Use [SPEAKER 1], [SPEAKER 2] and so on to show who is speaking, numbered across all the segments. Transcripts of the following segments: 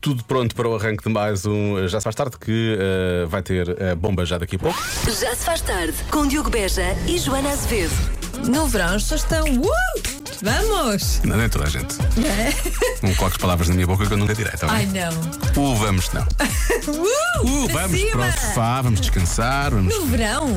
[SPEAKER 1] Tudo pronto para o arranque de mais um Já se faz tarde que eh, vai ter eh, bomba já daqui a pouco.
[SPEAKER 2] Já se faz tarde com Diogo Beja e Joana Azevedo.
[SPEAKER 3] No verão as pessoas estão. Uh! Vamos!
[SPEAKER 1] Não, nem toda a gente. Não coloques palavras na minha boca que eu nunca direi, tá bem?
[SPEAKER 3] é? Ai não!
[SPEAKER 1] Uh, vamos, não.
[SPEAKER 3] Uh!
[SPEAKER 1] Uh,
[SPEAKER 3] para
[SPEAKER 1] vamos
[SPEAKER 3] cima!
[SPEAKER 1] para o sofá, vamos descansar, vamos.
[SPEAKER 3] No verão!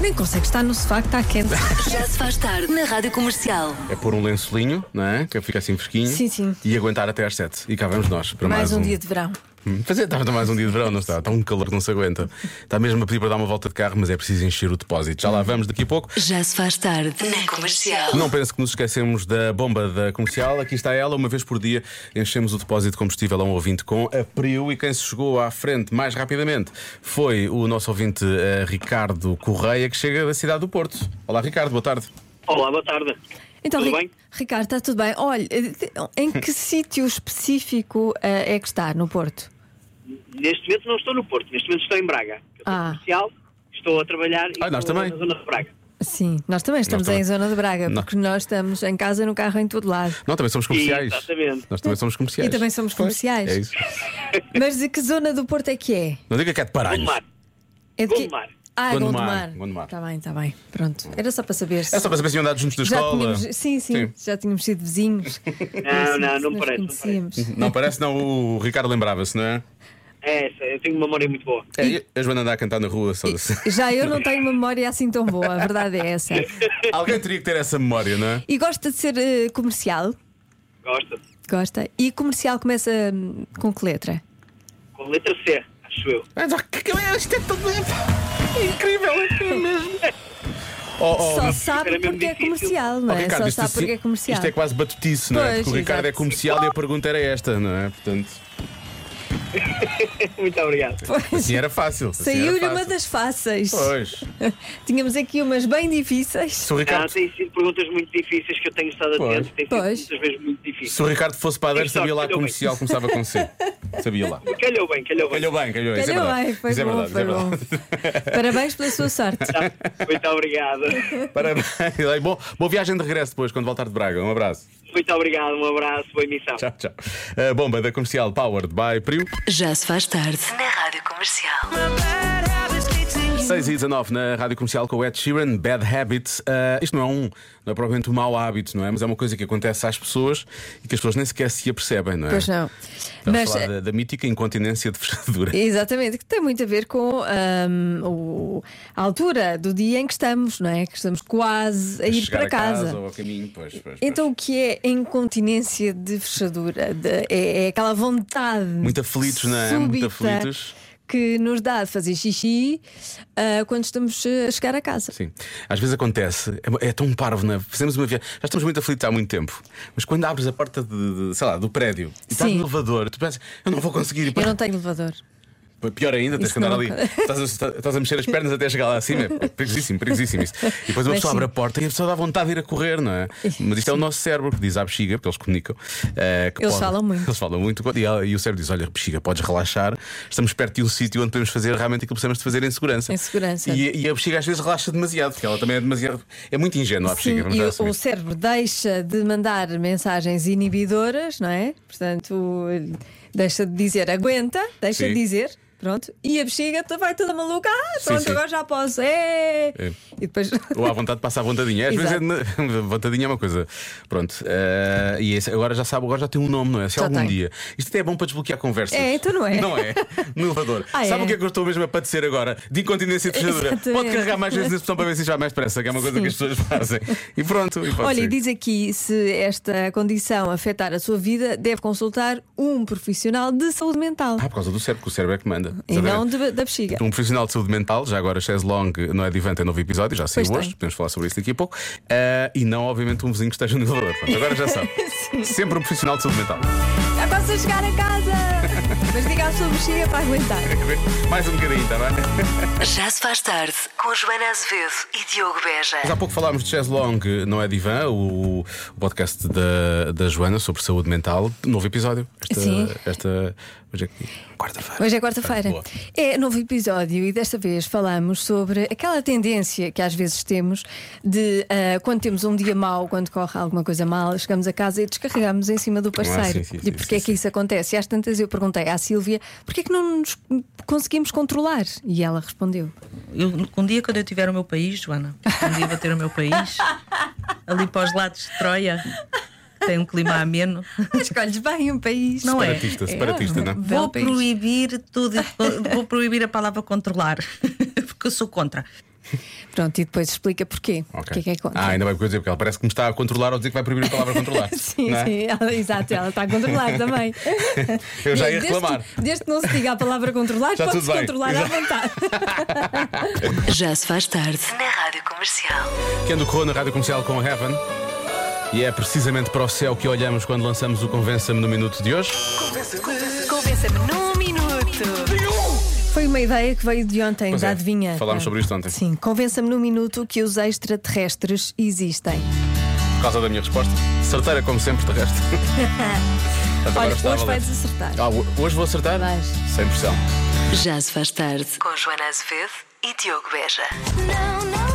[SPEAKER 3] Nem consegue estar no sofá que está quente.
[SPEAKER 2] Já se faz tarde na Rádio Comercial.
[SPEAKER 1] É pôr um lençolinho, não é? Que fica assim fresquinho.
[SPEAKER 3] Sim, sim.
[SPEAKER 1] E aguentar até às sete. E cá vamos nós para mais,
[SPEAKER 3] Mais um dia de verão.
[SPEAKER 1] Hum, Pois é, está mais um dia de verão, não está? Está um calor que não se aguenta. Está mesmo a pedir para dar uma volta de carro, mas é preciso encher o depósito. Já lá vamos daqui a pouco.
[SPEAKER 2] Já se faz tarde na Comercial.
[SPEAKER 1] Não penso que nos esquecemos da bomba da comercial. Aqui está ela, uma vez por dia enchemos o depósito de combustível a um ouvinte com abril e quem se chegou à frente mais rapidamente foi o nosso ouvinte eh, Ricardo Correia, que chega da cidade do Porto. Olá, Ricardo, boa tarde.
[SPEAKER 4] Olá, boa tarde.
[SPEAKER 3] Então,
[SPEAKER 4] Tudo
[SPEAKER 3] Ri-
[SPEAKER 4] bem?
[SPEAKER 3] Ricardo, está tudo bem? Olha, eh, em que sítio específico eh, é que está no Porto?
[SPEAKER 4] Neste momento não estou no Porto, neste momento estou em Braga. Eu sou
[SPEAKER 3] Ah.
[SPEAKER 4] comercial, estou a trabalhar e
[SPEAKER 1] Ah, nós
[SPEAKER 4] estou
[SPEAKER 1] também.
[SPEAKER 4] na zona de Braga.
[SPEAKER 3] Sim, nós também estamos
[SPEAKER 1] também.
[SPEAKER 3] em zona de Braga,
[SPEAKER 1] Não.
[SPEAKER 3] porque nós estamos em casa, no carro, em todo lado.
[SPEAKER 1] Nós também somos comerciais.
[SPEAKER 4] Exatamente.
[SPEAKER 1] Nós também somos comerciais.
[SPEAKER 3] E também somos
[SPEAKER 1] Pois,
[SPEAKER 3] comerciais.
[SPEAKER 1] É isso.
[SPEAKER 3] Mas de que zona do Porto é que é?
[SPEAKER 1] Não diga que é de Paranhos.
[SPEAKER 4] Mar.
[SPEAKER 3] É de que...
[SPEAKER 4] Gondomar.
[SPEAKER 3] Ah, é
[SPEAKER 1] Gondomar,
[SPEAKER 3] Gondomar.
[SPEAKER 1] Gondomar.
[SPEAKER 3] Está bem, está bem. Pronto. Era só para saber se.
[SPEAKER 1] É só para saber se tinham dado juntos da
[SPEAKER 3] já
[SPEAKER 1] escola.
[SPEAKER 3] tínhamos, sim, sim, já tínhamos sido vizinhos.
[SPEAKER 4] Não, não, não
[SPEAKER 3] Nos
[SPEAKER 4] parece, não parece.
[SPEAKER 3] conhecíamos.
[SPEAKER 1] Não, parece não. O Ricardo lembrava-se, não é?
[SPEAKER 4] É, eu tenho uma memória muito boa.
[SPEAKER 1] É, e a Joana anda a cantar na rua. Só assim.
[SPEAKER 3] Já eu não tenho memória assim tão boa, a verdade é essa.
[SPEAKER 1] Alguém teria que ter essa memória, não é?
[SPEAKER 3] E gosta de ser eh, comercial?
[SPEAKER 4] Gosta.
[SPEAKER 3] Gosta. E comercial começa hum, com que letra?
[SPEAKER 4] Com letra C, acho eu.
[SPEAKER 1] Mas, ó, que- que- Isto é tudo é incrível, é mesmo. Oh, oh,
[SPEAKER 3] Só
[SPEAKER 1] mas,
[SPEAKER 3] sabe
[SPEAKER 4] era mesmo
[SPEAKER 3] porque é
[SPEAKER 4] difícil.
[SPEAKER 3] comercial,
[SPEAKER 1] oh,
[SPEAKER 3] não é?
[SPEAKER 1] Ricardo,
[SPEAKER 3] Só
[SPEAKER 1] isto,
[SPEAKER 3] sabe porque
[SPEAKER 1] assim-
[SPEAKER 3] é comercial.
[SPEAKER 1] isto é quase batutice, não é?
[SPEAKER 3] Pois,
[SPEAKER 1] Porque o Ricardo é
[SPEAKER 3] exato.
[SPEAKER 1] comercial e a pergunta era esta, não é? Portanto,
[SPEAKER 4] Muito obrigado.
[SPEAKER 3] Pois,
[SPEAKER 1] assim era fácil. assim era
[SPEAKER 3] Saiu-lhe uma
[SPEAKER 1] fácil.
[SPEAKER 3] das fáceis.
[SPEAKER 1] Pois.
[SPEAKER 3] Tínhamos aqui umas bem difíceis.
[SPEAKER 1] Se o
[SPEAKER 4] Não,
[SPEAKER 1] Ricardo,
[SPEAKER 4] Ah, têm sido perguntas muito difíceis que eu tenho estado
[SPEAKER 1] Pois.
[SPEAKER 4] atento. Tem sido
[SPEAKER 3] Pois.
[SPEAKER 4] muitas vezes muito difíceis.
[SPEAKER 1] se o Ricardo fosse padeiro,
[SPEAKER 4] Isto só
[SPEAKER 1] sabia lá
[SPEAKER 4] calhou
[SPEAKER 1] comercial, começava com C. Sabia lá.
[SPEAKER 4] Calhou bem, calhou bem.
[SPEAKER 1] Calhou bem, calhou, isso é
[SPEAKER 3] Calhou
[SPEAKER 1] verdade.
[SPEAKER 3] bem, foi
[SPEAKER 1] Isso é
[SPEAKER 3] bom,
[SPEAKER 1] verdade, isso é
[SPEAKER 3] foi bom.
[SPEAKER 1] verdade.
[SPEAKER 3] Parabéns pela sua sorte.
[SPEAKER 4] Tá? Muito obrigado.
[SPEAKER 1] Parabéns. Olha, Bom, boa viagem de regresso depois, quando voltar de Braga. Um abraço.
[SPEAKER 4] Muito obrigado, um abraço, boa emissão.
[SPEAKER 1] Tchau, tchau. A bomba da comercial Powered by Priu.
[SPEAKER 2] Já se faz tarde na Rádio Comercial.
[SPEAKER 1] 6 e 19 na rádio comercial com o Ed Sheeran, Bad Habits. Ah, isto não é um, não é propriamente um mau hábito, não é? Mas é uma coisa que acontece às pessoas e que as pessoas nem sequer se apercebem, não é?
[SPEAKER 3] Pois não.
[SPEAKER 1] Estamos
[SPEAKER 3] Mas
[SPEAKER 1] a falar da, da mítica incontinência de fechadura.
[SPEAKER 3] Exatamente, que tem muito a ver com ahm, o- a altura do dia em que estamos, não é? Que estamos quase a ir
[SPEAKER 1] Chegar
[SPEAKER 3] para
[SPEAKER 1] a
[SPEAKER 3] casa.
[SPEAKER 1] ou a caminho, pois, pois, pois.
[SPEAKER 3] Então, o que é incontinência de fechadura? De- é, é aquela vontade.
[SPEAKER 1] Muito aflitos, não é? Muito
[SPEAKER 3] súbita
[SPEAKER 1] aflitos.
[SPEAKER 3] Que nos dá de fazer xixi ah, quando estamos eh, a chegar a casa.
[SPEAKER 1] Sim. Às vezes acontece, é, é tão parvo, não é? Fizemos uma viagem, já estamos muito aflitos há muito tempo, mas quando abres a porta de, de, sei lá, do prédio e estás
[SPEAKER 3] Sim.
[SPEAKER 1] no elevador, tu pensas, eu não vou conseguir ir
[SPEAKER 3] Eu
[SPEAKER 1] para
[SPEAKER 3] não tenho elevador.
[SPEAKER 1] Pior ainda, tens
[SPEAKER 3] Isso
[SPEAKER 1] que andar
[SPEAKER 3] não
[SPEAKER 1] ali.
[SPEAKER 3] acontece.
[SPEAKER 1] Estás a, estás- estás a mexer as pernas até chegar lá acima. É perigosíssimo, perigosíssimo isso. E depois uma
[SPEAKER 3] Mas
[SPEAKER 1] pessoa
[SPEAKER 3] sim.
[SPEAKER 1] abre a porta e a pessoa dá vontade de ir a correr, não é? Mas isto é o nosso cérebro que diz à bexiga, porque eles comunicam. eh, que
[SPEAKER 3] Eles falam muito.
[SPEAKER 1] Eles falam muito. E, ela- e o cérebro diz: Olha, bexiga, podes relaxar. Estamos perto de um sítio onde podemos fazer realmente aquilo que precisamos de fazer em segurança.
[SPEAKER 3] Em segurança.
[SPEAKER 1] E, e a bexiga às vezes relaxa demasiado, porque ela também é demasiado. É muito ingênua a bexiga.
[SPEAKER 3] Sim,
[SPEAKER 1] vamos assim.
[SPEAKER 3] e
[SPEAKER 1] já
[SPEAKER 3] o,
[SPEAKER 1] assumir.
[SPEAKER 3] o cérebro deixa de mandar mensagens inibidoras, não é? Portanto, deixa de dizer aguenta, deixa
[SPEAKER 1] Sim.
[SPEAKER 3] de dizer, pronto. E a bexiga tá- vai toda maluca, ah,
[SPEAKER 1] Sim,
[SPEAKER 3] pronto,
[SPEAKER 1] sim.
[SPEAKER 3] agora já posso, é.
[SPEAKER 1] É.
[SPEAKER 3] E depois.
[SPEAKER 1] Ou à vontade passa à vontadinha. Às vezes é,
[SPEAKER 3] Exato.
[SPEAKER 1] de- vontadinha é uma coisa. Pronto. eh, e esse- agora já sabe, agora já tem um nome, não é? Se
[SPEAKER 3] Já
[SPEAKER 1] algum
[SPEAKER 3] tem.
[SPEAKER 1] dia. Isto até é bom para desbloquear conversas.
[SPEAKER 3] É, então não é.
[SPEAKER 1] Não é? No elevador.
[SPEAKER 3] Ah,
[SPEAKER 1] sabe
[SPEAKER 3] é?
[SPEAKER 1] o que é que eu estou mesmo a padecer agora? De incontinência de fechadura.
[SPEAKER 3] Exatamente.
[SPEAKER 1] Pode carregar mais vezes nesse botão para ver se já mais pressa, que é uma coisa
[SPEAKER 3] Sim.
[SPEAKER 1] que as pessoas fazem. E pronto. E pode
[SPEAKER 3] Olha, e
[SPEAKER 1] ser.
[SPEAKER 3] diz aqui se esta condição afetar a sua vida, deve consultar um profissional de saúde mental
[SPEAKER 1] Ah, por causa do cérebro, que o cérebro é que manda.
[SPEAKER 3] e não
[SPEAKER 1] Exatamente.
[SPEAKER 3] de- da bexiga.
[SPEAKER 1] Um profissional de saúde mental, já agora Chaz Long, não é divã, tem novo episódio, já saiu
[SPEAKER 3] Pois
[SPEAKER 1] hoje,
[SPEAKER 3] tem.
[SPEAKER 1] podemos falar sobre isso daqui a pouco. Eh, e não, obviamente, um vizinho que esteja no elevador. Pronto, Agora já sabe. Sempre um profissional de saúde mental.
[SPEAKER 3] Já posso chegar a casa! Mas diga a sua bexiga para aguentar.
[SPEAKER 1] Mais um bocadinho, está bem?
[SPEAKER 2] Já se faz tarde com Joana Azevedo e Diogo Beja.
[SPEAKER 1] Mas há pouco falámos de Chess Long, não é divã, o, o podcast da, da Joana sobre saúde mental. Novo episódio. Esta,
[SPEAKER 3] Sim.
[SPEAKER 1] esta hoje é que- quarta-feira.
[SPEAKER 3] Hoje é quarta-feira.
[SPEAKER 1] Boa.
[SPEAKER 3] É novo episódio e desta vez falamos sobre aquela tendência que às vezes temos de ah, quando temos um dia mau, quando corre alguma coisa mal, chegamos a casa e descarregamos em cima do parceiro.
[SPEAKER 1] é? sim, sim,
[SPEAKER 3] e
[SPEAKER 1] sim,
[SPEAKER 3] porquê
[SPEAKER 1] sim,
[SPEAKER 3] é que isso acontece? E às tantas eu perguntei à Sílvia porquê é que não nos conseguimos controlar? E ela respondeu.
[SPEAKER 5] Eu, um dia, quando eu tiver o meu país, Joana, um dia vou ter o meu país, ali para os lados de Troia, tem um clima ameno.
[SPEAKER 3] Escolhes bem um país.
[SPEAKER 5] Não é?
[SPEAKER 1] Separatista, separatista, não é?
[SPEAKER 3] Belo
[SPEAKER 5] Vou
[SPEAKER 3] país.
[SPEAKER 5] proibir tudo, vou- vou proibir a palavra controlar, porque eu sou contra.
[SPEAKER 3] Pronto, e depois explica porquê.
[SPEAKER 1] Ok.
[SPEAKER 3] O que é que é contra?
[SPEAKER 1] Ah, ainda bem que eu vou dizer, porque ela parece que me está a controlar ou dizer que vai proibir a palavra controlar.
[SPEAKER 3] Sim,
[SPEAKER 1] não é?
[SPEAKER 3] sim, ela- exato, ela está a controlar também.
[SPEAKER 1] Eu já ia
[SPEAKER 3] Desde-
[SPEAKER 1] reclamar.
[SPEAKER 3] Desde que não se diga a palavra controlar,
[SPEAKER 1] Já
[SPEAKER 3] pode-se
[SPEAKER 1] tudo bem.
[SPEAKER 3] controlar à
[SPEAKER 1] Exato.
[SPEAKER 3] vontade.
[SPEAKER 2] Já se faz tarde na Rádio Comercial.
[SPEAKER 1] Kendo Corro na Rádio Comercial com Heaven. E é precisamente para o céu que olhamos quando lançamos o Convença-me no Minuto de hoje.
[SPEAKER 2] Convença-me num minuto.
[SPEAKER 3] Foi uma ideia que veio de ontem,
[SPEAKER 1] Pois
[SPEAKER 3] da
[SPEAKER 1] é,
[SPEAKER 3] adivinha.
[SPEAKER 1] falámos sobre isto ontem.
[SPEAKER 3] Sim, convença-me num minuto que os extraterrestres existem.
[SPEAKER 1] Por causa da minha resposta. Certeira, como sempre, de resto. Portanto, agora
[SPEAKER 3] Olha,
[SPEAKER 1] está a
[SPEAKER 3] hoje
[SPEAKER 1] valer.
[SPEAKER 3] vais acertar.
[SPEAKER 1] Ah, ho- hoje vou acertar?
[SPEAKER 3] Vais.
[SPEAKER 1] Sem pressão.
[SPEAKER 2] Já se faz tarde com Joana Azevedo e Diogo Beja.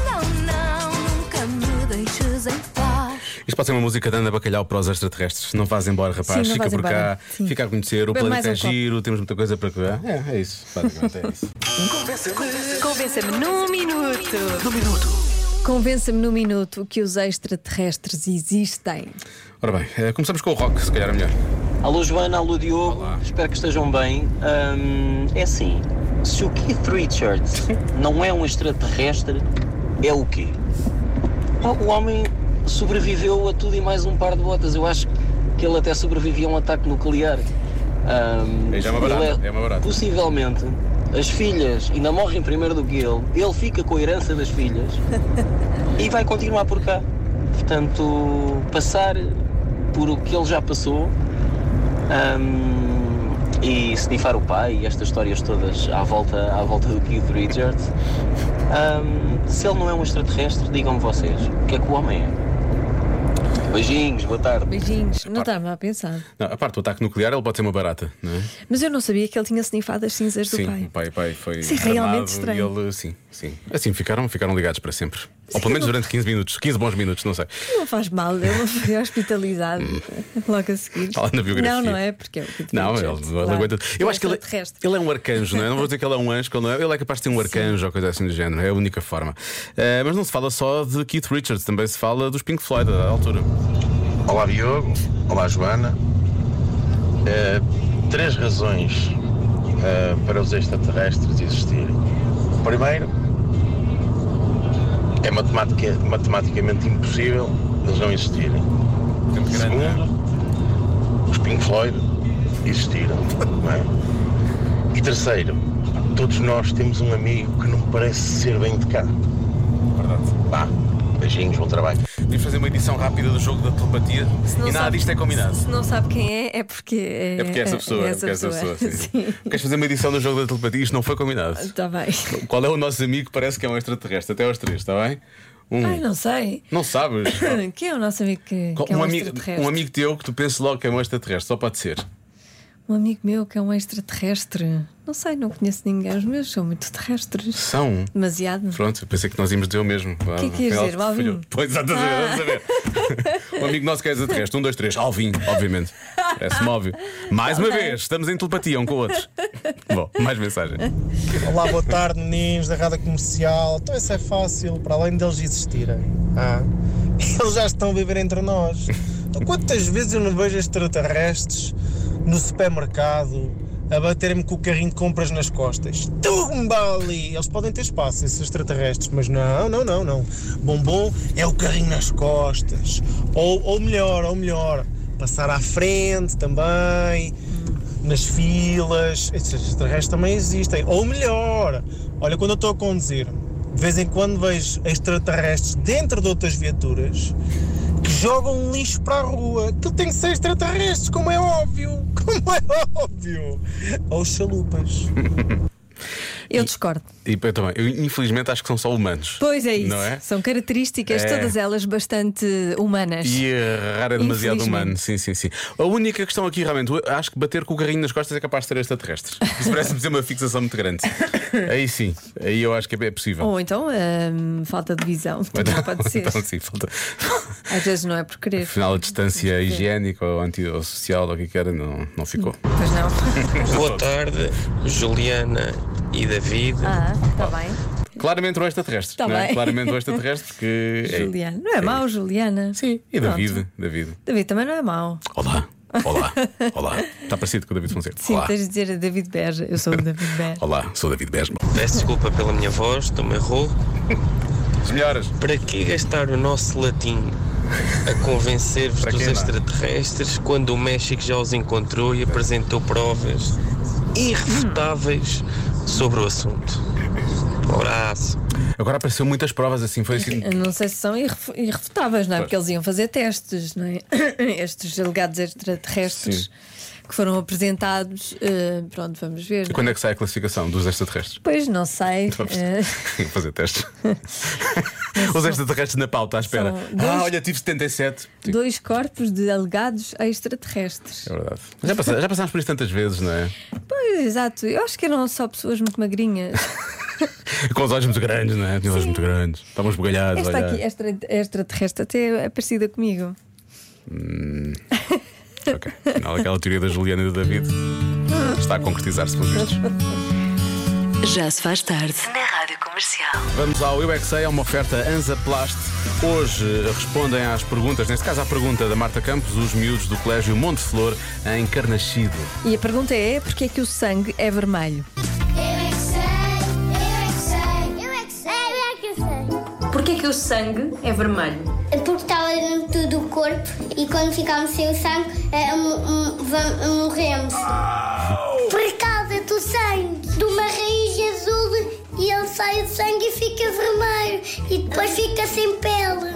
[SPEAKER 1] Isto pode ser uma música de Ana Bacalhau para os extraterrestres. Não vás embora, rapaz.
[SPEAKER 3] Sim, não
[SPEAKER 1] Fica
[SPEAKER 3] vás
[SPEAKER 1] por cá,
[SPEAKER 3] embora. Sim.
[SPEAKER 1] fica a conhecer. O
[SPEAKER 3] Bebe mais
[SPEAKER 1] planeta é
[SPEAKER 3] um copo.
[SPEAKER 1] giro, temos muita coisa para. É, é isso. Basicamente é isso.
[SPEAKER 2] Convença-me num minuto.
[SPEAKER 3] Convença-me num minuto que os extraterrestres existem.
[SPEAKER 1] Ora bem, eh, começamos com o rock, se calhar é melhor.
[SPEAKER 6] Alô Joana, alô Diogo, espero que estejam bem. Hum, é assim, se o Keith Richards não é um extraterrestre, é o quê? Ah, O- O homem sobreviveu a tudo e mais um par de botas. Eu acho que ele até sobrevivia a um ataque nuclear. Hum,
[SPEAKER 1] É já uma barata,
[SPEAKER 6] ele
[SPEAKER 1] é uma barata.
[SPEAKER 6] Possivelmente, as filhas ainda morrem primeiro do que ele, ele fica com a herança das filhas e vai continuar por cá. Portanto, passar por o que ele já passou Hum, e se difar o pai e estas histórias todas à volta, à volta do Keith Richards. hum, se ele não é um extraterrestre, digam-me vocês, o que é que o homem é? Beijinhos, boa tarde.
[SPEAKER 3] Beijinhos, não estava a pensar.
[SPEAKER 1] Não, a parte do ataque nuclear, ele pode ser uma barata, não é?
[SPEAKER 3] Mas eu não sabia que ele tinha snifado as cinzas do
[SPEAKER 1] sim,
[SPEAKER 3] pai.
[SPEAKER 1] o pai, pai foi.
[SPEAKER 3] Isso é realmente
[SPEAKER 1] armado
[SPEAKER 3] estranho.
[SPEAKER 1] E ele, sim, sim. Assim ficaram, ficaram ligados para sempre. Ou pelo menos durante 15 minutos, 15 bons minutos, não sei.
[SPEAKER 3] Não faz mal, ele foi hospitalizado logo a seguir.
[SPEAKER 1] Está lá na biografia.
[SPEAKER 3] Não, não é? Porque é o Keith
[SPEAKER 1] Não, ele,
[SPEAKER 3] Richards,
[SPEAKER 1] ele
[SPEAKER 3] claro.
[SPEAKER 1] aguenta. Eu acho que ele,
[SPEAKER 3] extraterrestre.
[SPEAKER 1] ele é um arcanjo, não é? Não vou dizer que ele é um anjo, que ele, não é. ele é capaz de ter um arcanjo ou coisa assim do género, é a única forma. Eh, mas não se fala só de Keith Richards, também se fala dos Pink Floyd, à altura.
[SPEAKER 7] Olá Diogo, olá Joana. Eh, três razões eh, para os extraterrestres existirem. Primeiro, é matemática- matematicamente impossível eles não existirem.
[SPEAKER 1] né?
[SPEAKER 7] Segundo, os Pink Floyd existiram. não é? E terceiro, todos nós temos um amigo que não parece ser bem de cá. Vá, beijinhos, bom trabalho.
[SPEAKER 1] Devíamos fazer uma edição rápida do jogo da telepatia
[SPEAKER 3] Se não
[SPEAKER 1] e nada
[SPEAKER 3] sabe-
[SPEAKER 1] disto é combinado.
[SPEAKER 3] Se não sabe quem é, é porque é,
[SPEAKER 1] É porque é essa pessoa, é porque é essa pessoa. sim. Queres fazer uma edição do jogo da telepatia? Isto não foi combinado.
[SPEAKER 3] Está Tá bem.
[SPEAKER 1] Qual é o nosso amigo que parece que é um extraterrestre? Até aos três, está bem? Um.
[SPEAKER 3] Ai, não sei.
[SPEAKER 1] Não sabes?
[SPEAKER 3] Quem é o nosso amigo que,
[SPEAKER 1] Qual-
[SPEAKER 3] que é um,
[SPEAKER 1] amigo,
[SPEAKER 3] extraterrestre?
[SPEAKER 1] um amigo teu que tu penses logo que é um extraterrestre, só pode ser.
[SPEAKER 3] Um amigo meu que é um extraterrestre. Não sei, não conheço ninguém. Os meus são muito terrestres.
[SPEAKER 1] São. um.
[SPEAKER 3] Demasiado.
[SPEAKER 1] Pronto, eu pensei que nós íamos dizer o mesmo. Ah, O
[SPEAKER 3] que é que ias dizer? Ah. O Alvin?
[SPEAKER 1] Pois, exatamente, vamos saber. um amigo nosso que é extraterrestre. Um, dois, três. Alvin, obviamente. Parece-me óbvio. Mais uma vez, estamos em telepatia um com o outro. Bom, mais mensagem.
[SPEAKER 8] Olá, boa tarde, meninos da Rádio Comercial. Então isso é fácil, para além deles existirem. Ah, eles já estão a viver entre nós. Então, quantas vezes eu não vejo extraterrestres no supermercado a baterem-me com o carrinho de compras nas costas? Tumba ali! Eles podem ter espaço, esses extraterrestres, mas não, não, não, não. Bombom é o carrinho nas costas. Ou, ou melhor, ou melhor, passar à frente também nas filas, esses extraterrestres também existem. Ou melhor, olha, quando eu estou a conduzir, de vez em quando vejo extraterrestres dentro de outras viaturas que jogam um lixo para a rua. Aquilo tem que ser extraterrestres, como é óbvio. Como é óbvio. Ou chalupas.
[SPEAKER 3] Eu discordo.
[SPEAKER 1] E eu também, eu infelizmente acho que são só humanos.
[SPEAKER 3] Pois é isso.
[SPEAKER 1] Não é?
[SPEAKER 3] São características,
[SPEAKER 1] É.
[SPEAKER 3] todas elas bastante humanas.
[SPEAKER 1] E a rara é demasiado
[SPEAKER 3] Infelizmente.
[SPEAKER 1] humano. Sim, sim, sim. A única questão aqui realmente, eu acho que bater com o carrinho nas costas é capaz de ser extraterrestres. Isso parece-me ser uma fixação muito grande. Aí sim, aí eu acho que é possível.
[SPEAKER 3] Ou então hum, falta de visão. Também pode ser.
[SPEAKER 1] Então, sim, falta.
[SPEAKER 3] Às vezes não é por querer.
[SPEAKER 1] Afinal, a distância higiênica ou, anti, ou social, ou o que quer, não, não ficou.
[SPEAKER 3] Pois não.
[SPEAKER 9] Boa tarde, Juliana e David.
[SPEAKER 3] Ah, está bem.
[SPEAKER 1] Claramente um extraterrestre.
[SPEAKER 3] Tá
[SPEAKER 1] não é?
[SPEAKER 3] bem.
[SPEAKER 1] Claramente um extraterrestre que. é-
[SPEAKER 3] Juliana. Não é mau, Juliana?
[SPEAKER 1] Sim, e
[SPEAKER 3] Pronto.
[SPEAKER 1] David. David.
[SPEAKER 3] David também não é mau.
[SPEAKER 1] Olá, olá, olá. Está parecido com o David Fonseca.
[SPEAKER 3] Sim,
[SPEAKER 1] olá.
[SPEAKER 3] tens de dizer a David Beja. Eu sou o David Beja.
[SPEAKER 1] Olá, sou David Besma.
[SPEAKER 9] Peço desculpa pela minha voz, também roubo.
[SPEAKER 1] Melhoras.
[SPEAKER 9] Para que gastar o nosso latim a convencer-vos
[SPEAKER 1] Para quê,
[SPEAKER 9] dos
[SPEAKER 1] não é?
[SPEAKER 9] extraterrestres quando o México já os encontrou e apresentou provas irrefutáveis sobre o assunto? Um Abraço.
[SPEAKER 1] Agora apareceu muitas provas assim, foi assim.
[SPEAKER 3] Eu Não sei se são irref- irrefutáveis, não é? Porque eles iam fazer testes, não é? Estes alegados extraterrestres que foram apresentados. eh, pronto, vamos ver.
[SPEAKER 1] E quando é que sai a classificação dos extraterrestres?
[SPEAKER 3] Pois não sei. eh,
[SPEAKER 1] Vou fazer testes. Os extraterrestres na pauta, à espera.
[SPEAKER 3] são
[SPEAKER 1] Ah,
[SPEAKER 3] dois-
[SPEAKER 1] olha, tive 77.
[SPEAKER 3] dois corpos de alegados extraterrestres.
[SPEAKER 1] É verdade. Já, passa- já passámos por isso tantas vezes, não é?
[SPEAKER 3] Pois, exato. Eu acho que eram só pessoas muito magrinhas.
[SPEAKER 1] Com os olhos muito grandes, não é? Tinha os olhos muito grandes. Estavam esbugalhados,
[SPEAKER 3] Esta
[SPEAKER 1] olha.
[SPEAKER 3] aqui, extra, extraterrestre, até é parecida comigo.
[SPEAKER 1] Ok. Afinal, aquela teoria da Juliana e do David está a concretizar-se pelos vistos.
[SPEAKER 2] Já se faz tarde na Rádio Comercial.
[SPEAKER 1] Vamos ao Eu é Que Sei, é uma oferta Anzaplast. Hoje eh, respondem às perguntas, neste caso à pergunta da Marta Campos, os miúdos do Colégio Monte Flor, em Carnaxide.
[SPEAKER 3] E a pergunta é: porquê é que o sangue é vermelho?
[SPEAKER 10] Porquê que o sangue é vermelho?
[SPEAKER 11] Porque estava dentro do corpo e quando ficámos sem o sangue eh, mo- mo- va- morremos. Por causa do sangue, de uma raiz azul e ele sai o sangue e fica vermelho e depois fica sem pele.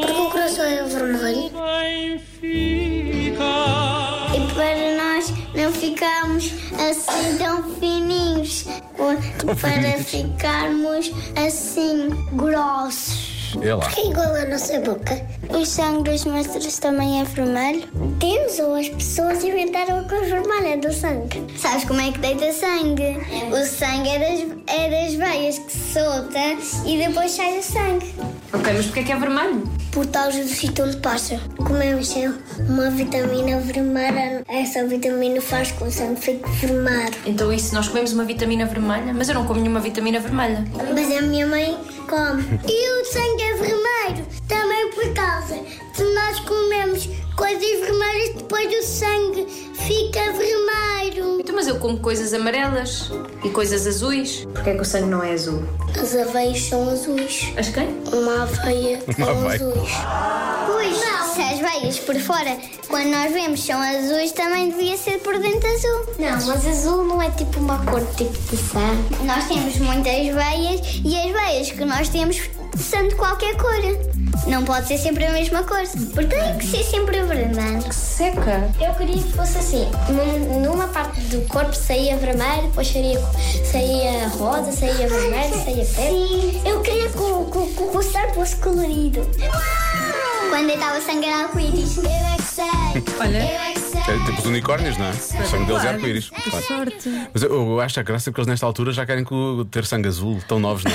[SPEAKER 11] Porque o coração é vermelho. E para nós não ficarmos assim tão fininhos, para ficarmos assim grossos.
[SPEAKER 1] É lá.
[SPEAKER 11] É igual à nossa boca. O sangue dos monstros também é vermelho. Deus ou as pessoas inventaram a cor vermelha do sangue. Sabes como é que deita sangue? O sangue é das, é das veias que se solta e depois sai o é sangue.
[SPEAKER 10] Ok, mas porquê que é vermelho?
[SPEAKER 11] Por causa do sítio onde passa. Comemos uma vitamina vermelha. Essa vitamina faz com que o sangue fique vermelho.
[SPEAKER 10] Então isso, nós comemos uma vitamina vermelha, mas eu não como nenhuma vitamina vermelha.
[SPEAKER 11] Mas a minha mãe come. E o sangue é vermelho, também por causa de nós comemos coisas vermelhas, depois o sangue fica vermelho.
[SPEAKER 10] Então, mas eu como coisas amarelas e coisas azuis. Porquê que o sangue não é azul?
[SPEAKER 11] As aveias são azuis.
[SPEAKER 10] As quem?
[SPEAKER 11] Uma aveia
[SPEAKER 1] Uma aveia.
[SPEAKER 11] Pois, se as veias por fora, quando nós vemos, são azuis, também devia ser por dentro azul. Não, mas azul não é tipo uma cor tipo de sangue. Nós temos muitas veias e as veias que nós temos são de qualquer cor. Não pode ser sempre a mesma cor, porque tem que ser sempre vermelho.
[SPEAKER 10] Seca.
[SPEAKER 11] Eu queria que fosse assim. Num- Numa parte do corpo saía vermelho, depois saía, saía rosa, saía vermelho, saía preto. Eu queria que o, que, que o sangue fosse colorido. Quando eu estava sangrando arco-íris. Eu é que sei.
[SPEAKER 3] Olha.
[SPEAKER 11] Eu é que sei.
[SPEAKER 1] É, tipo os unicórnios, não é? O sangue deles é arco-íris. Claro.
[SPEAKER 3] Sorte.
[SPEAKER 1] Mas eu, eu acho a graça porque eles nesta altura já querem co- ter sangue azul, tão novos, não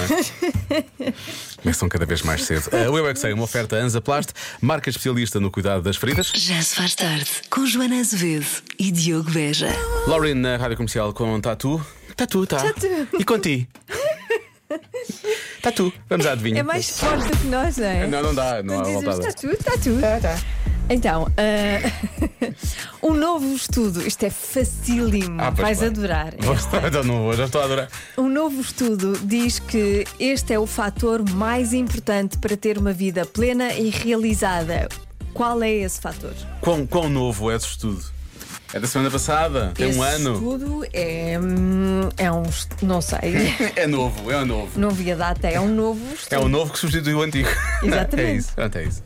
[SPEAKER 1] é? Começam cada vez mais cedo. A Eu é Que Sei, uma oferta Anzaplast, marca especialista no cuidado das feridas.
[SPEAKER 2] Já se faz tarde com Joana Azevedo e Diogo Beja.
[SPEAKER 1] Lauren na Rádio Comercial com Tatu. Tatu, tá.
[SPEAKER 3] Tatu.
[SPEAKER 1] E com ti. Tatu. Vamos à adivinha.
[SPEAKER 3] É mais forte do que nós, não é?
[SPEAKER 1] Não, não dá, não há
[SPEAKER 3] Dizes,
[SPEAKER 1] voltada.
[SPEAKER 3] Está tudo, está tudo. Então, ah, um novo estudo, isto é facílimo,
[SPEAKER 1] Ah, pois
[SPEAKER 3] vais
[SPEAKER 1] claro.
[SPEAKER 3] adorar.
[SPEAKER 1] Vou estar- Então não vou, já estou a adorar.
[SPEAKER 3] Um novo estudo diz que este é o fator mais importante para ter uma vida plena e realizada. Qual é esse fator?
[SPEAKER 1] Quão, quão novo é esse estudo? É da semana passada? Tem
[SPEAKER 3] esse
[SPEAKER 1] um ano?
[SPEAKER 3] estudo é, hum, é um. est- Não sei,
[SPEAKER 1] É novo, é novo.
[SPEAKER 3] não vi a data, é um novo estudo.
[SPEAKER 1] É o novo que substitui o antigo.
[SPEAKER 3] Exatamente.
[SPEAKER 1] é isso, pronto, é isso.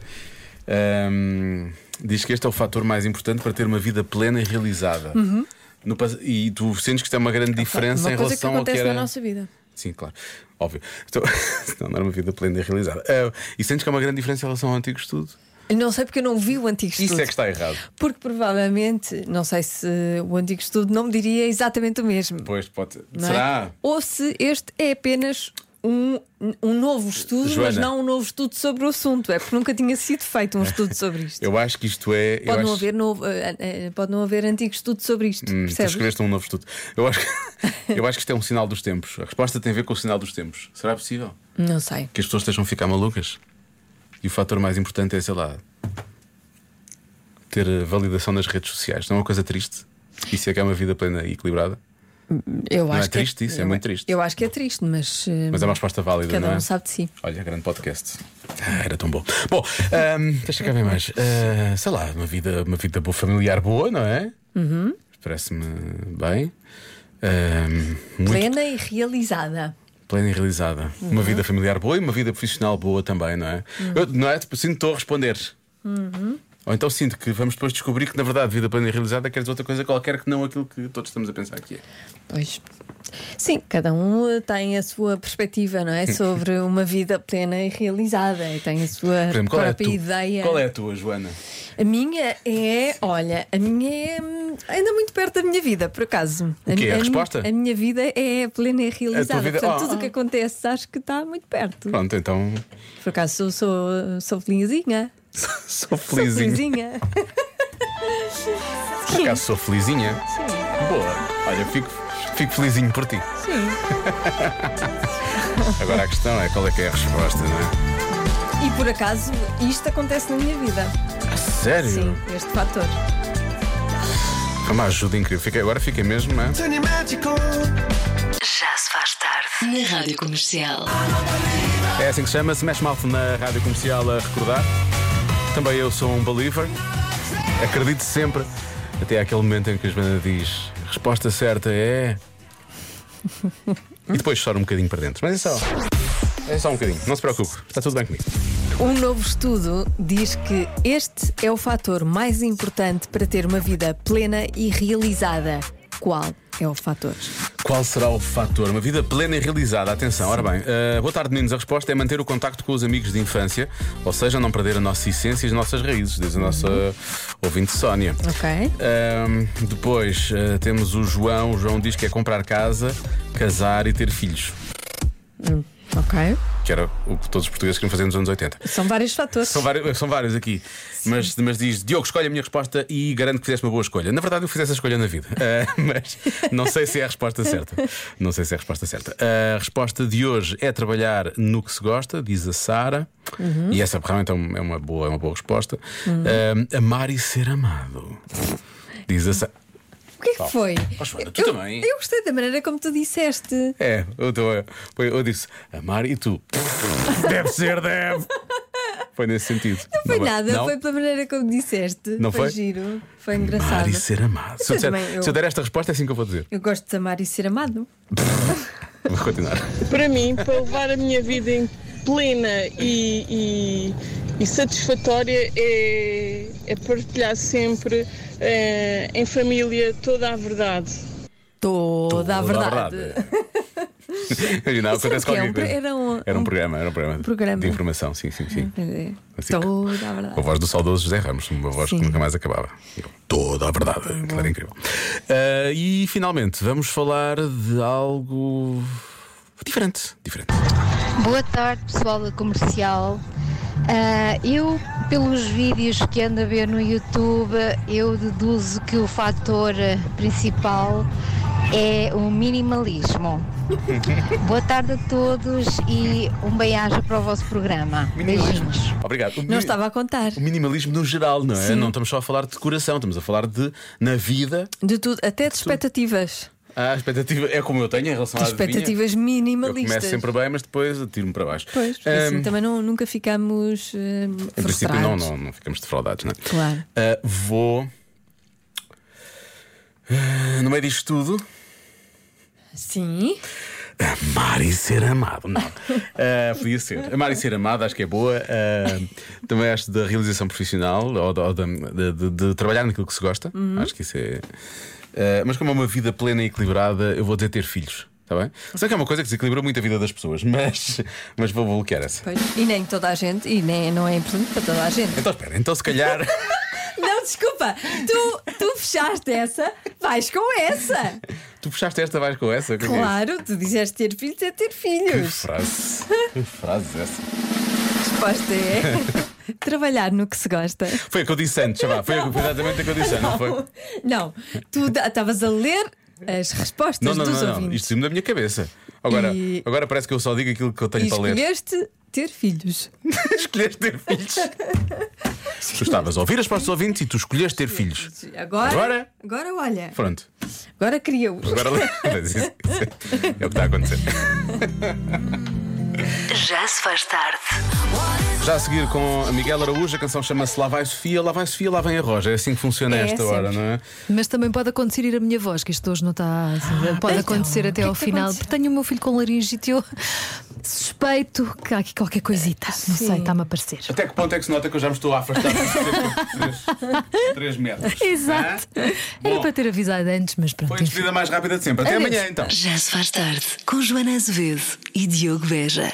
[SPEAKER 1] Ahm, diz que este é o fator mais importante para ter uma vida plena e realizada.
[SPEAKER 3] Uhum.
[SPEAKER 1] No pas- e tu sentes que isto é uma grande diferença
[SPEAKER 3] Uma
[SPEAKER 1] em
[SPEAKER 3] coisa que
[SPEAKER 1] relação ao que
[SPEAKER 3] acontece
[SPEAKER 1] era.
[SPEAKER 3] na nossa vida.
[SPEAKER 1] Sim, claro. Óbvio. Então, senão não era uma vida plena e realizada. Ah, e sentes que há uma grande diferença em relação ao antigo estudo?
[SPEAKER 3] Eu Não sei porque eu não vi o antigo estudo.
[SPEAKER 1] Isso é que está errado.
[SPEAKER 3] Porque provavelmente, não sei se o antigo estudo não me diria exatamente o mesmo.
[SPEAKER 1] Pois pode.
[SPEAKER 3] não é?
[SPEAKER 1] Será?
[SPEAKER 3] Ou se este é apenas um, um novo estudo, mas
[SPEAKER 1] Joana.
[SPEAKER 3] não um novo estudo sobre o assunto. É porque nunca tinha sido feito um estudo sobre isto.
[SPEAKER 1] Eu acho que isto é. eu
[SPEAKER 3] Pode não,
[SPEAKER 1] acho-
[SPEAKER 3] haver novo, eh, eh, pode não haver antigo estudo sobre isto.
[SPEAKER 1] Hum, tu
[SPEAKER 3] percebes?
[SPEAKER 1] escreveste um novo estudo. Eu acho, que, eu acho que isto é um sinal dos tempos. A resposta tem a ver com o sinal dos tempos. Será possível?
[SPEAKER 3] Não sei.
[SPEAKER 1] Que as pessoas estejam a ficar malucas? E o fator mais importante é, sei lá, ter a validação nas redes sociais. Não é uma coisa triste? Isso é que é uma vida plena e equilibrada?
[SPEAKER 3] Eu
[SPEAKER 1] não é
[SPEAKER 3] acho
[SPEAKER 1] triste isso, é
[SPEAKER 3] eu-
[SPEAKER 1] muito triste.
[SPEAKER 3] Eu acho que é triste, mas. eh,
[SPEAKER 1] Mas é uma resposta válida,
[SPEAKER 3] Cada
[SPEAKER 1] não é?
[SPEAKER 3] um sabe de si.
[SPEAKER 1] Olha, grande podcast. Ah, era tão bom. Bom, ahm, deixa cá ver mais. Ah, sei lá, uma vida, uma vida boa, familiar boa, não é?
[SPEAKER 3] Uhum.
[SPEAKER 1] Parece-me bem. Ahm, muito
[SPEAKER 3] Plena e realizada.
[SPEAKER 1] Plena e realizada.
[SPEAKER 3] Uhum.
[SPEAKER 1] Uma vida familiar boa e uma vida profissional boa também, não é?
[SPEAKER 3] Uhum.
[SPEAKER 1] Eu, não é? Tipo, Sinto que estou a responder. Ou então sinto que vamos depois descobrir que, na verdade, vida plena e realizada quer dizer outra coisa qualquer que não aquilo que todos estamos a pensar que é.
[SPEAKER 3] Pois. Sim, cada um eh, tem a sua perspectiva, não é? Sobre uma vida plena e realizada. E tem a sua
[SPEAKER 1] Por exemplo, qual, é a
[SPEAKER 3] própria
[SPEAKER 1] tua,
[SPEAKER 3] ideia.
[SPEAKER 1] qual é a tua, Joana?
[SPEAKER 3] A minha é, olha, a minha é hum, ainda muito perto da minha vida, por acaso.
[SPEAKER 1] O quê?
[SPEAKER 3] mi-
[SPEAKER 1] A
[SPEAKER 3] mi-
[SPEAKER 1] resposta?
[SPEAKER 3] A minha vida é plena e realizada.
[SPEAKER 1] vida-
[SPEAKER 3] Portanto,
[SPEAKER 1] Oh,
[SPEAKER 3] tudo o
[SPEAKER 1] oh.
[SPEAKER 3] que acontece acho que está muito perto.
[SPEAKER 1] Pronto, então
[SPEAKER 3] Por acaso sou, sou, sou felizinha.
[SPEAKER 1] sou felizinho.
[SPEAKER 3] felizinha.
[SPEAKER 1] Por acaso sou felizinha?
[SPEAKER 3] Sim.
[SPEAKER 1] Boa. Olha, fico, fico felizinho por ti.
[SPEAKER 3] Sim.
[SPEAKER 1] Agora a questão é qual é que é a resposta, não
[SPEAKER 3] E por acaso isto acontece na minha vida.
[SPEAKER 1] é? Sério?
[SPEAKER 3] Sim, este fator.
[SPEAKER 1] Foi uma ajuda incrível. Fiquei- agora fica mesmo, não é?
[SPEAKER 2] Já se faz tarde na Rádio Comercial.
[SPEAKER 1] É assim que se chama, Smash Mouth na Rádio Comercial a recordar. Também eu sou um believer. Acredito sempre. Até aquele momento em que a Joana diz a resposta certa é. E depois choro um bocadinho para dentro. Mas é só. É só um bocadinho. Não se preocupe. Está tudo bem comigo.
[SPEAKER 3] Um novo estudo diz que este é o fator mais importante para ter uma vida plena e realizada. Qual é o fator?
[SPEAKER 1] Qual será o fator? Uma vida plena e realizada. Atenção, ora bem. uh, boa tarde, meninos. A resposta é manter o contacto com os amigos de infância, ou seja, não perder a nossa essência e as nossas raízes, diz a nossa ouvinte Sónia.
[SPEAKER 3] Ok.
[SPEAKER 1] Ahm, depois ah, temos o João. O João diz que é comprar casa, casar e ter filhos,
[SPEAKER 3] Hum, ok.
[SPEAKER 1] que era o que todos os portugueses queriam fazer nos anos 80.
[SPEAKER 3] São vários fatores.
[SPEAKER 1] São vários, são vários aqui, mas, mas diz Diogo, escolhe a minha resposta e garanto que fizeste uma boa escolha. Na verdade, eu fiz essa escolha na vida, Ah, mas não sei se é a resposta certa. Não sei se é a resposta certa. A resposta de hoje é trabalhar no que se gosta, diz a Sara,
[SPEAKER 12] Uhum.
[SPEAKER 1] e essa realmente é um- é uma boa, é uma boa resposta.
[SPEAKER 3] Uhum.
[SPEAKER 1] Ah, amar e ser amado, diz a Sara.
[SPEAKER 3] O que é que
[SPEAKER 1] Pá.
[SPEAKER 3] foi?
[SPEAKER 1] Ó, Joana, tu
[SPEAKER 3] eu,
[SPEAKER 1] também.
[SPEAKER 3] eu gostei da maneira como tu disseste.
[SPEAKER 1] É, eu, tô, eu, eu disse amar e tu. deve ser, deve. Foi nesse sentido.
[SPEAKER 3] Não foi nada,
[SPEAKER 1] não?
[SPEAKER 3] foi pela maneira como disseste.
[SPEAKER 1] Não foi?
[SPEAKER 3] giro, foi engraçado.
[SPEAKER 1] Amar e ser amado. Se eu,
[SPEAKER 3] Eu
[SPEAKER 1] disser-
[SPEAKER 3] também, eu-
[SPEAKER 1] se eu der esta resposta, é assim que eu vou dizer.
[SPEAKER 3] Eu gosto de amar e ser amado.
[SPEAKER 1] Vou continuar.
[SPEAKER 13] Para mim, para levar a minha vida em plena e, e- e satisfatória é, é partilhar sempre eh, em família toda a verdade.
[SPEAKER 3] Toda a verdade.
[SPEAKER 1] Imagina,
[SPEAKER 3] Isso era
[SPEAKER 1] acontece
[SPEAKER 3] o quê?
[SPEAKER 1] qualquer
[SPEAKER 3] Um pro-
[SPEAKER 1] coisa.
[SPEAKER 3] era um-
[SPEAKER 1] Era um
[SPEAKER 3] um-
[SPEAKER 1] programa, era um programa, de-
[SPEAKER 3] programa.
[SPEAKER 1] de informação, sim, sim, sim.
[SPEAKER 3] É.
[SPEAKER 1] Assim,
[SPEAKER 3] Toda a verdade.
[SPEAKER 1] com a voz do saudoso José Ramos, uma voz que
[SPEAKER 3] Sim.
[SPEAKER 1] nunca mais acabava. Eu, toda a verdade, aquilo era incrível. Ah, e finalmente, vamos falar de algo diferente. Diferente.
[SPEAKER 14] Boa tarde, pessoal da comercial. Ah, eu, pelos vídeos que ando a ver no YouTube, eu deduzo que o fator eh, principal é o minimalismo. Boa tarde a todos e um bem-aja para o vosso programa. Beijinhos.
[SPEAKER 1] Obrigado. O
[SPEAKER 3] Não
[SPEAKER 1] mini-
[SPEAKER 3] estava a contar.
[SPEAKER 1] O minimalismo no geral, não é?
[SPEAKER 3] Sim.
[SPEAKER 1] Não estamos só a falar de coração, estamos a falar de na vida.
[SPEAKER 3] De tudo, até de expectativas.
[SPEAKER 1] A expectativa é como eu tenho em relação à
[SPEAKER 3] De
[SPEAKER 1] adivinha.
[SPEAKER 3] expectativas
[SPEAKER 1] Eu começo
[SPEAKER 3] minimalistas.
[SPEAKER 1] sempre bem, mas depois atiro-me para baixo.
[SPEAKER 3] Pois, porque
[SPEAKER 1] Ahm,
[SPEAKER 3] assim também não, nunca ficamos eh,
[SPEAKER 1] em princípio,
[SPEAKER 3] frustrados.
[SPEAKER 1] não, não, não ficamos defraudados, não é?
[SPEAKER 3] Claro.
[SPEAKER 1] Ah, vou. Ah, No meio disto tudo,
[SPEAKER 3] Sim.
[SPEAKER 1] Amar e ser amado. Não. Ah, podia ser. Amar e ser amado, acho que é boa. Ah, também acho da realização profissional ou, da- ou da- de, de- de trabalhar naquilo que se gosta.
[SPEAKER 12] Uhum.
[SPEAKER 1] Acho que isso é. Ah, mas como é uma vida plena e equilibrada, eu vou dizer ter filhos. Está bem? Sei que é uma coisa que desequilibra muito a vida das pessoas, mas, mas vou bloquear essa.
[SPEAKER 3] Pois. E nem toda a gente, e nem, não é importante para toda a gente.
[SPEAKER 1] Então espera, então se calhar.
[SPEAKER 3] Não, desculpa, tu, tu fechaste essa, vais com essa.
[SPEAKER 1] Tu puxaste esta, vais com essa? O que é que é isso?
[SPEAKER 3] Claro, tu disseste ter filhos é ter
[SPEAKER 1] Que
[SPEAKER 3] filhos.
[SPEAKER 1] frase. Que frase é essa?
[SPEAKER 3] A resposta é trabalhar no que se gosta.
[SPEAKER 1] Foi o que eu disse antes, já vá. Foi exatamente o que eu disse, não, foi?
[SPEAKER 3] Não, tu da- estavas a ler as respostas
[SPEAKER 1] Não, não,
[SPEAKER 3] dos
[SPEAKER 1] não, não.
[SPEAKER 3] ouvintes.
[SPEAKER 1] Isto é saiu da minha cabeça. Agora,
[SPEAKER 3] E-
[SPEAKER 1] agora parece que eu só digo aquilo que eu tenho
[SPEAKER 3] E
[SPEAKER 1] para ler.
[SPEAKER 3] escolheste ter filhos.
[SPEAKER 1] escolheste ter filhos. Tu estavas a ouvir as partes dos ouvintes e tu escolheste ter filhos.
[SPEAKER 3] Agora,
[SPEAKER 1] Agora?
[SPEAKER 3] agora? olha,
[SPEAKER 1] Pronto.
[SPEAKER 3] agora queria-os.
[SPEAKER 1] Agora Mas isso- isso é o que está a acontecer.
[SPEAKER 2] Já se faz tarde.
[SPEAKER 1] Já a seguir com a Miguel Araújo, a canção chama-se Lá vai Sofia, lá vai Sofia, lá vem a Roja. É assim que funciona
[SPEAKER 15] É,
[SPEAKER 1] a esta hora,
[SPEAKER 15] sempre.
[SPEAKER 1] não é?
[SPEAKER 15] Mas também pode acontecer ir a minha voz, que isto hoje não está. assim, pode
[SPEAKER 3] então,
[SPEAKER 15] acontecer até
[SPEAKER 3] o que
[SPEAKER 15] ao
[SPEAKER 3] é que
[SPEAKER 15] final.
[SPEAKER 3] aconteceu?
[SPEAKER 15] Porque tenho o meu filho com laringite e eu suspeito que há aqui qualquer
[SPEAKER 3] É,
[SPEAKER 15] coisita. Não sei, está-me a parecer.
[SPEAKER 1] Até que ponto é que se nota que eu já me estou a afastar de 3 metros?
[SPEAKER 15] Exato. Era
[SPEAKER 1] Bom.
[SPEAKER 15] para ter avisado antes, mas pronto.
[SPEAKER 1] Foi a despedida mais rápida de sempre. Até amanhã então.
[SPEAKER 2] Já se faz tarde com Joana Azevedo e Diogo Beja.